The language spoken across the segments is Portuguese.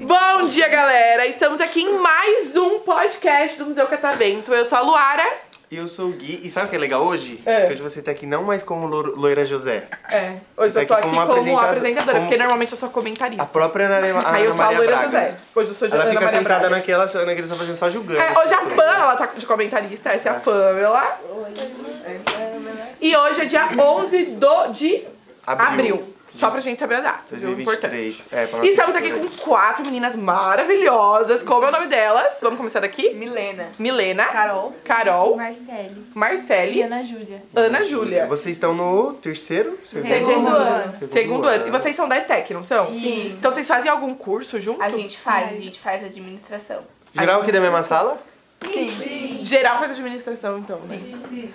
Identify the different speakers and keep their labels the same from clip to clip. Speaker 1: Bom dia, galera! Estamos aqui em mais um podcast do Museu Catavento. Eu sou a Luara.
Speaker 2: Eu sou o Gui, e sabe o que é legal hoje?
Speaker 1: É.
Speaker 2: Que hoje você tá aqui não mais como Lo- Loira José.
Speaker 1: É, hoje
Speaker 2: Tá
Speaker 1: eu tô
Speaker 2: aqui
Speaker 1: aqui
Speaker 2: como
Speaker 1: como,
Speaker 2: apresentado-
Speaker 1: apresentadora,
Speaker 2: como-
Speaker 1: porque normalmente eu sou comentarista.
Speaker 2: A própria Ana, Ana
Speaker 1: Aí eu sou a
Speaker 2: Maria
Speaker 1: Loira
Speaker 2: Braga.
Speaker 1: José. Hoje eu sou de
Speaker 2: Ela
Speaker 1: Ana
Speaker 2: fica
Speaker 1: Maria
Speaker 2: sentada assim.
Speaker 1: Braga.
Speaker 2: naquela, naquele sofazinho só julgando.
Speaker 1: É,
Speaker 2: as
Speaker 1: hoje a
Speaker 2: pessoas.
Speaker 1: Pan, ela tá de comentarista, essa é a Pamela. É. E hoje é dia 11 do, de abril.
Speaker 2: Abril.
Speaker 1: Só pra gente saber a data, viu? Importante.
Speaker 2: 2023. É, pra
Speaker 1: E
Speaker 2: nossa
Speaker 1: estamos aqui com
Speaker 2: cultura.
Speaker 1: quatro meninas maravilhosas. Como é o nome delas? Vamos começar daqui?
Speaker 3: Milena.
Speaker 1: Milena,
Speaker 3: Carol.
Speaker 1: Carol,
Speaker 4: Marcele.
Speaker 1: Marcele,
Speaker 3: Ana Júlia.
Speaker 1: Ana Júlia.
Speaker 2: Vocês estão no terceiro? Segundo,
Speaker 3: Segundo ano.
Speaker 1: Segundo ano. E tá vocês são da ETEC, não são?
Speaker 3: Sim.
Speaker 1: Então vocês fazem algum curso junto?
Speaker 3: A gente faz, a gente faz administração.
Speaker 2: Geral aqui da mesma sala?
Speaker 3: Sim.
Speaker 1: Geral faz administração, então, né?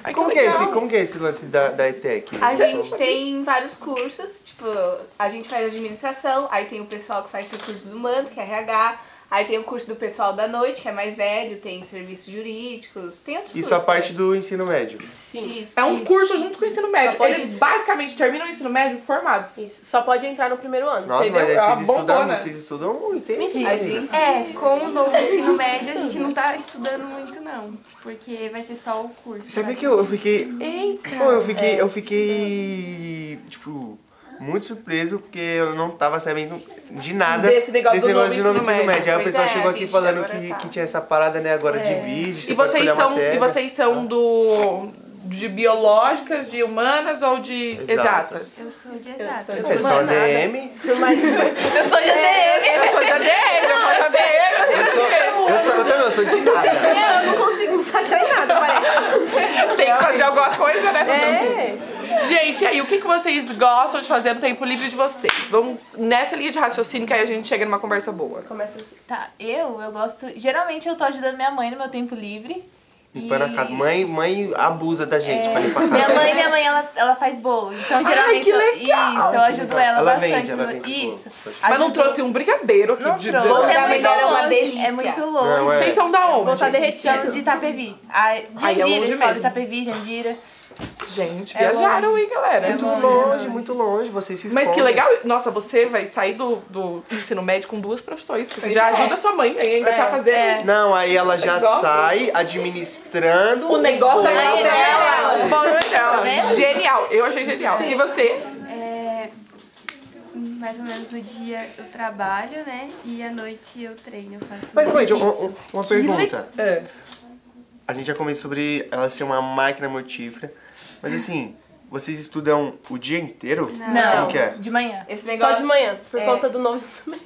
Speaker 1: Ai,
Speaker 2: Como que, é
Speaker 1: legal.
Speaker 2: esse, como que é esse lance da, da ETEC?
Speaker 3: A gente tem vários cursos, tipo, a gente faz administração, aí tem o pessoal que faz recursos humanos, que é RH, aí tem o curso do pessoal da noite, que é mais velho, tem serviços jurídicos, tem outros
Speaker 2: Isso é
Speaker 3: cursos.
Speaker 2: a parte do ensino médio.
Speaker 3: Sim. Isso.
Speaker 1: É um curso junto com o ensino médio.
Speaker 5: pode
Speaker 1: Eles basicamente terminam o ensino médio formados.
Speaker 5: Isso. Só pode entrar no primeiro ano.
Speaker 2: Nossa,
Speaker 1: Entendeu?
Speaker 2: mas aí
Speaker 1: É uma
Speaker 2: vocês estudam,
Speaker 1: bombona.
Speaker 2: vocês estudam muito, hein?
Speaker 3: A gente...
Speaker 4: É, com o novo ensino médio a gente não tá estudando muito não, porque vai ser só o curso.
Speaker 2: Sabe que eu, eu fiquei.
Speaker 4: Eita!
Speaker 2: Pô, eu
Speaker 1: é,
Speaker 2: fiquei. Eu fiquei. Tipo, muito surpreso porque eu não tava sabendo de nada
Speaker 1: Desse negócio do novo
Speaker 2: de novo
Speaker 1: ensino médio.
Speaker 2: ensino médio. Aí o
Speaker 3: Pois
Speaker 2: pessoal
Speaker 3: é,
Speaker 2: chegou
Speaker 3: a
Speaker 2: aqui
Speaker 3: gente
Speaker 2: falando
Speaker 3: agora
Speaker 2: que,
Speaker 3: tá.
Speaker 2: que tinha essa parada, né, agora de vídeo. você
Speaker 1: É. E
Speaker 2: pode escolher
Speaker 1: vocês
Speaker 2: a
Speaker 1: são, e
Speaker 2: matéria. Ah.
Speaker 1: vocês são do de biológicas, de humanas ou de exatas?
Speaker 2: Exatas.
Speaker 4: Eu sou de exato.
Speaker 3: sou
Speaker 4: Eu
Speaker 3: de
Speaker 2: É
Speaker 4: sou
Speaker 2: só
Speaker 3: Humanada.
Speaker 2: ADM.
Speaker 3: Eu sou de ADM.
Speaker 1: É, Eu sou de ADM, eu sou de ADM.
Speaker 2: Eu sou. Eu sou. Eu também eu sou de nada.
Speaker 1: Tem que fazer alguma coisa, né?
Speaker 3: É.
Speaker 1: Gente, aí o que que vocês gostam de fazer no tempo livre de vocês? Vamos nessa linha de raciocínio que aí a gente chega numa conversa boa.
Speaker 5: Começa assim.
Speaker 6: Tá, eu, eu gosto. Geralmente eu tô ajudando minha mãe no meu tempo livre.
Speaker 2: Limpando a casa. Mãe, mãe abusa da
Speaker 1: É.
Speaker 2: gente pra limpar a
Speaker 6: Minha
Speaker 2: casa.
Speaker 6: mãe, minha mãe, ela, ela faz bolo. Então geralmente
Speaker 1: que
Speaker 6: eu-
Speaker 1: legal!
Speaker 6: isso, eu ajudo ela,
Speaker 2: Ela
Speaker 6: bastante.
Speaker 2: vende, ela
Speaker 1: né?
Speaker 6: no-
Speaker 2: vende bolo.
Speaker 6: isso.
Speaker 1: Mas não trouxe um brigadeiro aqui
Speaker 6: Não
Speaker 1: de né?
Speaker 6: trouxe,
Speaker 3: Bolo
Speaker 6: é
Speaker 3: da
Speaker 6: muito
Speaker 3: Miguel é uma
Speaker 6: longe.
Speaker 3: delícia.
Speaker 6: É muito
Speaker 2: Não,
Speaker 6: longe.
Speaker 2: é.
Speaker 1: Vocês são da onde?
Speaker 6: Voltar derretido de Itapevi. A
Speaker 1: Aí é
Speaker 6: Jandira,
Speaker 1: longe
Speaker 6: eles falam
Speaker 1: mesmo.
Speaker 6: Itapevi, Jandira.
Speaker 1: Gente,
Speaker 6: É
Speaker 1: viajaram, hein, galera?
Speaker 2: Muito longe, muito longe. Vocês se
Speaker 1: é Mas que
Speaker 2: escondem.
Speaker 1: legal, nossa, você vai sair do, do ensino médio com duas profissões. Porque
Speaker 3: Pois
Speaker 1: já
Speaker 3: é.
Speaker 1: ajuda sua mãe, né? ainda
Speaker 6: É.
Speaker 1: tá fazendo
Speaker 2: Não, aí ela já
Speaker 1: Negócio.
Speaker 2: sai administrando
Speaker 1: o negócio da
Speaker 2: bolo.
Speaker 1: casa dela. O bolo dela.
Speaker 6: Tá vendo?
Speaker 1: Genial, eu achei genial. E você?
Speaker 4: É, mais ou menos no dia eu trabalho, né? E à noite eu treino, eu faço.
Speaker 2: Mas, mãe, uma,
Speaker 4: jiu-jitsu.
Speaker 2: uma pergunta.
Speaker 1: É.
Speaker 2: A gente já comentou sobre ela ser uma máquina mortífera. Mas assim, vocês estudam o dia inteiro? Como que é?
Speaker 6: De manhã.
Speaker 3: Esse
Speaker 5: Só
Speaker 3: negócio...
Speaker 5: de manhã, por
Speaker 3: É.
Speaker 5: conta do novo instrumento.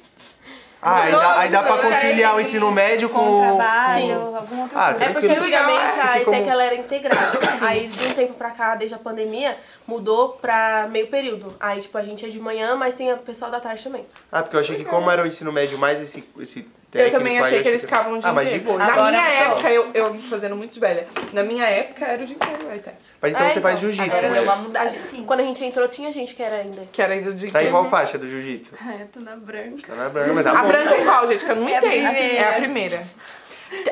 Speaker 2: Ah, aí dá, aí dá pra
Speaker 1: Nossa,
Speaker 2: conciliar o ensino médio com.
Speaker 6: Com
Speaker 2: o-
Speaker 6: trabalho, alguma outra
Speaker 2: Ah,
Speaker 6: coisa.
Speaker 5: É porque
Speaker 2: tranquilo.
Speaker 5: antigamente
Speaker 2: É,
Speaker 5: a
Speaker 2: porque como-
Speaker 5: ETEC ela era integrada. Aí de um tempo pra cá, desde a pandemia, mudou pra meio período. Aí tipo, a gente é de manhã, mas tem o pessoal da tarde também.
Speaker 2: Ah, porque eu achei que como era o ensino médio mais esse, esse técnico.
Speaker 1: eu também
Speaker 2: aí,
Speaker 1: achei que
Speaker 2: eu
Speaker 1: eles ficavam o dia
Speaker 2: Ah, mas de
Speaker 1: inteiro.
Speaker 2: boa.
Speaker 1: Na
Speaker 2: então.
Speaker 1: minha época, eu, eu fazendo muito de velha. Na minha época era o dia inteiro, vai ter.
Speaker 2: Mas então
Speaker 5: É,
Speaker 2: você faz
Speaker 5: então.
Speaker 2: jiu-jitsu,
Speaker 3: Agora deu
Speaker 1: é
Speaker 3: uma
Speaker 2: né?
Speaker 3: mudada.
Speaker 5: Quando a gente entrou, tinha gente que era ainda.
Speaker 1: Que era ainda o dia
Speaker 2: Tá em
Speaker 1: inteiro.
Speaker 2: qual faixa do jiu-jitsu?
Speaker 4: Ah, eu tô na branca.
Speaker 2: Tá na branca, mas tá
Speaker 1: Uhum. A
Speaker 2: bom.
Speaker 1: branca é qual, gente? Que eu não
Speaker 4: É a
Speaker 1: entendo.
Speaker 4: primeira.
Speaker 1: É a primeira.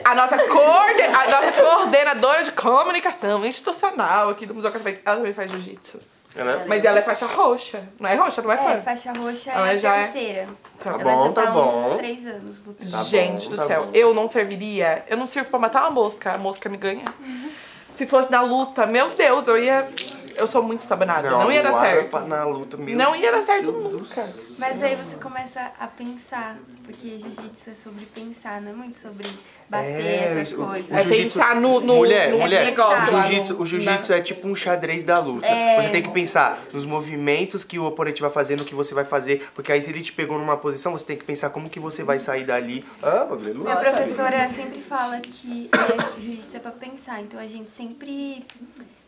Speaker 1: A nossa, coorde... a nossa coordenadora de comunicação institucional aqui do Museu Café, ela também faz jiu-jitsu.
Speaker 2: Né?
Speaker 1: Mas ela é faixa roxa. Não é roxa, não é
Speaker 4: É,
Speaker 1: pan.
Speaker 4: faixa roxa
Speaker 1: Ela
Speaker 4: é a
Speaker 1: já é-
Speaker 4: terceira.
Speaker 1: Tá
Speaker 2: Tá
Speaker 4: Ela
Speaker 2: bom,
Speaker 4: já
Speaker 2: tá
Speaker 4: tá há
Speaker 2: bom.
Speaker 4: uns três anos lutando.
Speaker 2: Tá
Speaker 1: Gente
Speaker 2: bom,
Speaker 1: do
Speaker 2: tá
Speaker 1: céu,
Speaker 2: bom.
Speaker 1: eu não serviria. Eu não sirvo pra matar uma mosca, a mosca me ganha.
Speaker 4: Uhum.
Speaker 1: Se fosse na luta, meu Deus, eu ia. Eu sou muito estabanada. Não, ia dar
Speaker 2: Luara
Speaker 1: certo.
Speaker 2: pra- Na luta, meu
Speaker 1: Não ia dar certo
Speaker 2: Deus do
Speaker 1: nunca.
Speaker 2: céu.
Speaker 4: Mas aí você começa a pensar, porque jiu-jitsu é sobre pensar, não é muito sobre bater essas
Speaker 2: o- o
Speaker 4: coisas.
Speaker 1: É
Speaker 2: jiu-jitsu-
Speaker 1: pensar no- no-
Speaker 2: mulher,
Speaker 1: no
Speaker 2: mulher,
Speaker 1: negócio
Speaker 2: O
Speaker 1: lá,
Speaker 2: jiu-jitsu,
Speaker 1: no-
Speaker 2: o jiu-jitsu é tipo um xadrez da luta. Você tem que pensar nos movimentos que o oponente vai fazer, no que você vai fazer, porque aí se ele te pegou numa posição, você tem que pensar como que você vai sair dali. Ah, bagulho.
Speaker 4: Minha professora sempre fala que é, jiu-jitsu é pra pensar, então a gente sempre.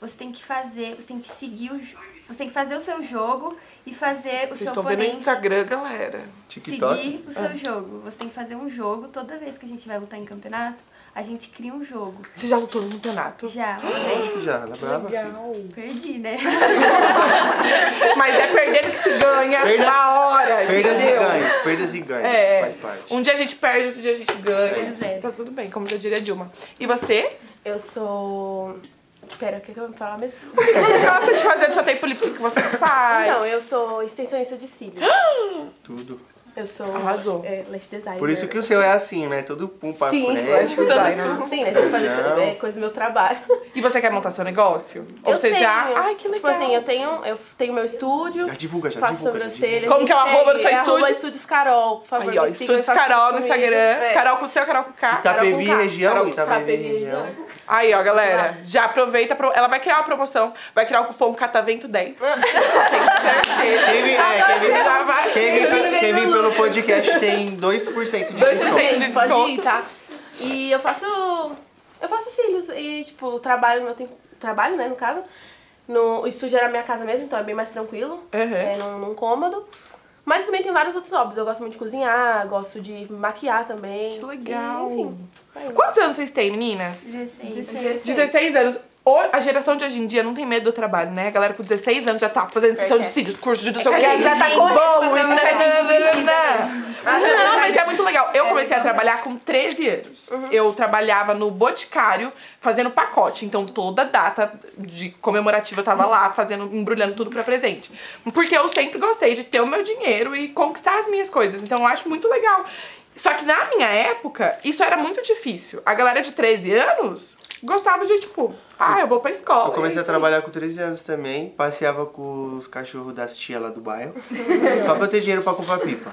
Speaker 4: Você tem que fazer, você tem que seguir o, ju- Você tem que fazer o seu jogo e fazer o
Speaker 1: Vocês
Speaker 4: seu
Speaker 1: estão vendo no
Speaker 4: oponente
Speaker 1: Instagram, Ah. galera.
Speaker 2: TikTok.
Speaker 4: seguir o seu jogo. Você tem que fazer um jogo. Toda vez que a gente vai lutar em campeonato, a gente cria um jogo.
Speaker 1: Você já lutou no campeonato?
Speaker 4: Já, uma vez,
Speaker 2: Já, ela é brava. filho.
Speaker 4: perdi, né?
Speaker 1: Mas é perdendo que se ganha
Speaker 2: Perdas-
Speaker 1: na hora,
Speaker 2: Perdas e
Speaker 1: entendeu?
Speaker 2: ganhos, perdas e ganhos,
Speaker 1: É.
Speaker 2: faz parte.
Speaker 1: Um dia a gente perde, outro dia a gente ganha.
Speaker 4: Pois é.
Speaker 1: Tá tudo bem, como já diria a Dilma. E você?
Speaker 5: Eu sou. Pera, o que, que eu vou falar mesmo?
Speaker 1: O que você gosta de fazer do seu tempo livre? O que você faz?
Speaker 5: Não, eu sou extensionista de cílios.
Speaker 2: Tudo.
Speaker 5: Eu sou.
Speaker 1: Arrasou.
Speaker 5: É, lash designer.
Speaker 2: Por isso que o seu é assim, né? Todo pum pra
Speaker 5: Sim,
Speaker 2: frente.
Speaker 1: Todo mundo.
Speaker 5: Sim, né? Tem que fazer
Speaker 2: Não.
Speaker 5: tudo, é coisa do meu trabalho.
Speaker 1: E você quer montar seu negócio? Ou
Speaker 5: eu
Speaker 1: você já.
Speaker 5: tenho.
Speaker 1: Ai, que legal.
Speaker 5: Tipo assim, eu tenho, eu tenho meu estúdio.
Speaker 2: Já divulga, já
Speaker 5: faço
Speaker 2: divulga, já
Speaker 5: sobrancelha.
Speaker 1: Como que é o
Speaker 5: me
Speaker 1: arroba do
Speaker 5: segue,
Speaker 1: seu
Speaker 5: arroba
Speaker 1: estúdio?
Speaker 5: Estúdios Carol, por favor.
Speaker 1: Aí, ó,
Speaker 5: me sigam,
Speaker 1: estúdios
Speaker 5: faça
Speaker 1: Carol no
Speaker 5: comigo.
Speaker 1: Instagram.
Speaker 5: É.
Speaker 1: Carol com o seu, Carol com o K.
Speaker 2: Itapevi
Speaker 5: Carol com K.
Speaker 2: região, Itapevi
Speaker 5: Itapevi
Speaker 2: região.
Speaker 1: Aí, ó,
Speaker 5: Tá.
Speaker 1: galera, já aproveita. pro- Ela vai criar uma promoção. Vai criar o cupom CATAVENTO10. Tem certeza.
Speaker 2: Quem vem, é, quem vem,
Speaker 1: Ela vai-
Speaker 2: quem vem pe- quem vem pelo podcast tem 2% de
Speaker 1: 2%
Speaker 2: desconto.
Speaker 1: de
Speaker 5: Gente, pode
Speaker 1: desconto.
Speaker 5: ir, tá? E eu faço. Eu faço cílios e, tipo, trabalho meu tempo. Trabalho, né, no caso. No, o estúdio era minha casa mesmo, então é bem mais tranquilo.
Speaker 1: Uhum.
Speaker 5: É num, num cômodo. Mas também tem vários outros hobbies. Eu gosto muito de cozinhar, gosto de maquiar também.
Speaker 1: Que legal.
Speaker 5: E, enfim. é isso.
Speaker 1: Quantos anos vocês têm, meninas?
Speaker 4: 16.
Speaker 1: 16 anos. Ho- A geração de hoje em dia não tem medo do trabalho, né? A galera com 16 anos já tá fazendo sessão
Speaker 6: É
Speaker 1: de cílios, curso de não sei o
Speaker 6: a
Speaker 1: quê.
Speaker 6: gente já tá
Speaker 1: Bom, então,
Speaker 6: correndo pra
Speaker 1: e
Speaker 6: trabalhar, a gente precisa
Speaker 1: Não, mas é muito legal. Uhum. Eu comecei a trabalhar com 13 anos. Eu trabalhava no Boticário fazendo pacote. Então, toda data de comemorativa eu tava lá fazendo, embrulhando tudo pra presente. Porque eu sempre gostei de ter o meu dinheiro e conquistar as minhas coisas. Então, eu acho muito legal. Só que na minha época, isso era muito difícil. A galera de 13 anos gostava de, tipo, ah, eu vou pra escola.
Speaker 2: Eu comecei
Speaker 1: é
Speaker 2: a
Speaker 1: isso.
Speaker 2: trabalhar com 13 anos também, passeava com os cachorros das tia lá do bairro, só pra eu ter dinheiro pra comprar pipa.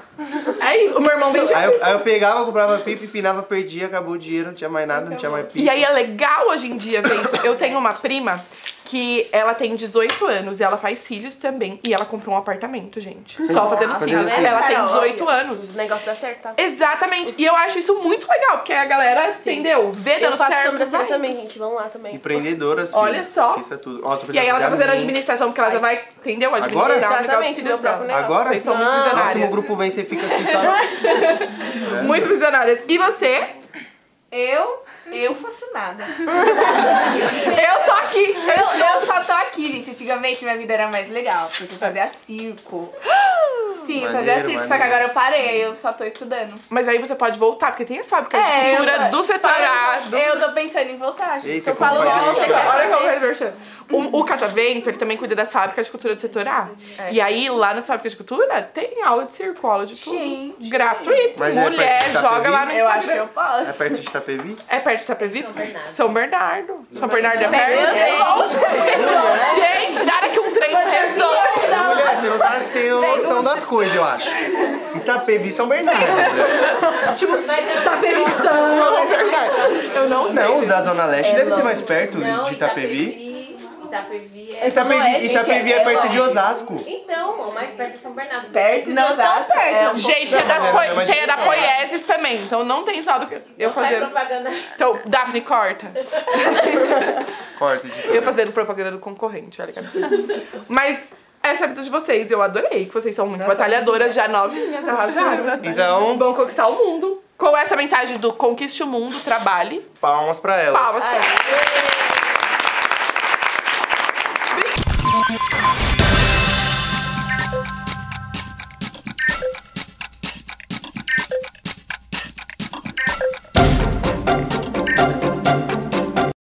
Speaker 1: É isso. O meu irmão vendia
Speaker 2: Aí eu, aí eu pegava, comprava pipa, empinava, perdia, acabou o dinheiro, não tinha mais nada, não tinha mais pipa.
Speaker 1: E aí é legal hoje em dia ver isso. Eu tenho uma prima que ela tem 18 anos e ela faz cílios também. E ela comprou um apartamento, gente. Só fazendo
Speaker 2: Fazendo
Speaker 1: cílios.
Speaker 2: cílios.
Speaker 1: Ela tem
Speaker 5: Carol,
Speaker 1: 18
Speaker 5: olha,
Speaker 1: anos.
Speaker 5: O negócio dá certo, tá?
Speaker 1: Exatamente. E eu acho isso muito legal, porque a galera, entendeu? Vê
Speaker 5: Eu
Speaker 1: dando
Speaker 5: faço
Speaker 1: certo.
Speaker 5: sobrancelha
Speaker 1: vai.
Speaker 5: também, gente. Vamos lá também.
Speaker 2: Empreendedoras, filho,
Speaker 1: Olha só.
Speaker 2: Esqueça tudo. Ó, tô
Speaker 1: E aí ela tá
Speaker 2: precisando
Speaker 1: fazendo
Speaker 2: de mim.
Speaker 1: administração, porque ela já vai, entendeu? Administrar
Speaker 2: Agora?
Speaker 1: o um negócio de
Speaker 5: Exatamente,
Speaker 1: cílios
Speaker 5: meu próprio
Speaker 1: dela.
Speaker 5: negócio.
Speaker 2: Agora?
Speaker 1: Vocês são muito
Speaker 5: Não.
Speaker 2: Próximo
Speaker 1: visionárias.
Speaker 2: grupo é. vem, você fica aqui só.
Speaker 1: Muito visionárias. E você?
Speaker 3: Eu, eu faço nada.
Speaker 1: Eu tô aqui.
Speaker 3: Eu, eu só tô aqui, gente. Antigamente minha vida era mais legal, porque eu fazia circo. Sim, eu fazia
Speaker 2: Maneiro,
Speaker 3: circo, só que
Speaker 2: maneiro.
Speaker 3: agora eu parei, eu só tô estudando.
Speaker 1: Mas aí você pode voltar, porque tem as fábricas de
Speaker 3: É, eu
Speaker 1: cultura
Speaker 3: tô-
Speaker 1: do setor A, do
Speaker 3: Eu tô pensando em voltar, gente.
Speaker 2: Eita,
Speaker 3: tô
Speaker 2: como é?
Speaker 3: falando
Speaker 2: vai
Speaker 3: mal,
Speaker 2: ser
Speaker 3: você né?
Speaker 2: isso?
Speaker 3: quer-
Speaker 1: Olha como faz merchan. O, o Catavento, ele também cuida das fábricas de cultura do setor A. E aí, lá nas fábricas de cultura, tem aula de circola de tudo.
Speaker 3: Gente.
Speaker 1: Gratuito.
Speaker 2: Mas é
Speaker 1: Mulher,
Speaker 2: perto de Itapevi?
Speaker 1: joga lá no
Speaker 3: Eu acho que
Speaker 1: Instagram.
Speaker 3: eu posso.
Speaker 2: É perto de Itapevi?
Speaker 1: É perto de Itapevi? São Bernardo. São Bernardo. São Bernardo é
Speaker 3: Meu
Speaker 1: perto?
Speaker 3: Deus.
Speaker 1: Gente, nada que um trem resolve.
Speaker 2: Mulher, você não tá tendo noção das coisas, eu acho. Itapevi São Bernardo. Tipo,
Speaker 1: Tá pensando. Eu não sei.
Speaker 2: Não, os da Zona Leste deve ser mais perto de Itapevi.
Speaker 7: Itapevi é.
Speaker 3: tá
Speaker 2: Itapevi, Itapevi é perto de Osasco.
Speaker 7: Então, o mais perto de São Bernardo.
Speaker 3: Perto de
Speaker 6: Não tão
Speaker 3: Osasco,
Speaker 6: perto.
Speaker 3: é um
Speaker 1: Gente, é das
Speaker 2: Não,
Speaker 1: po-
Speaker 2: não, mas-
Speaker 1: tem a da Poieses também, então não tem só do que eu
Speaker 7: Faz
Speaker 1: fazendo.
Speaker 7: propaganda.
Speaker 1: Então, Daphne, corta.
Speaker 2: Corta de
Speaker 1: Eu fazendo propaganda do concorrente, olha que absurdo. Mas essa é a vida de vocês, eu adorei, que vocês são muito batalhadoras, já novinhas, arrasaram.
Speaker 2: Então,
Speaker 1: Vão conquistar o mundo. Com essa mensagem do conquiste o mundo, trabalhe.
Speaker 2: palmas pra elas.
Speaker 1: Palmas.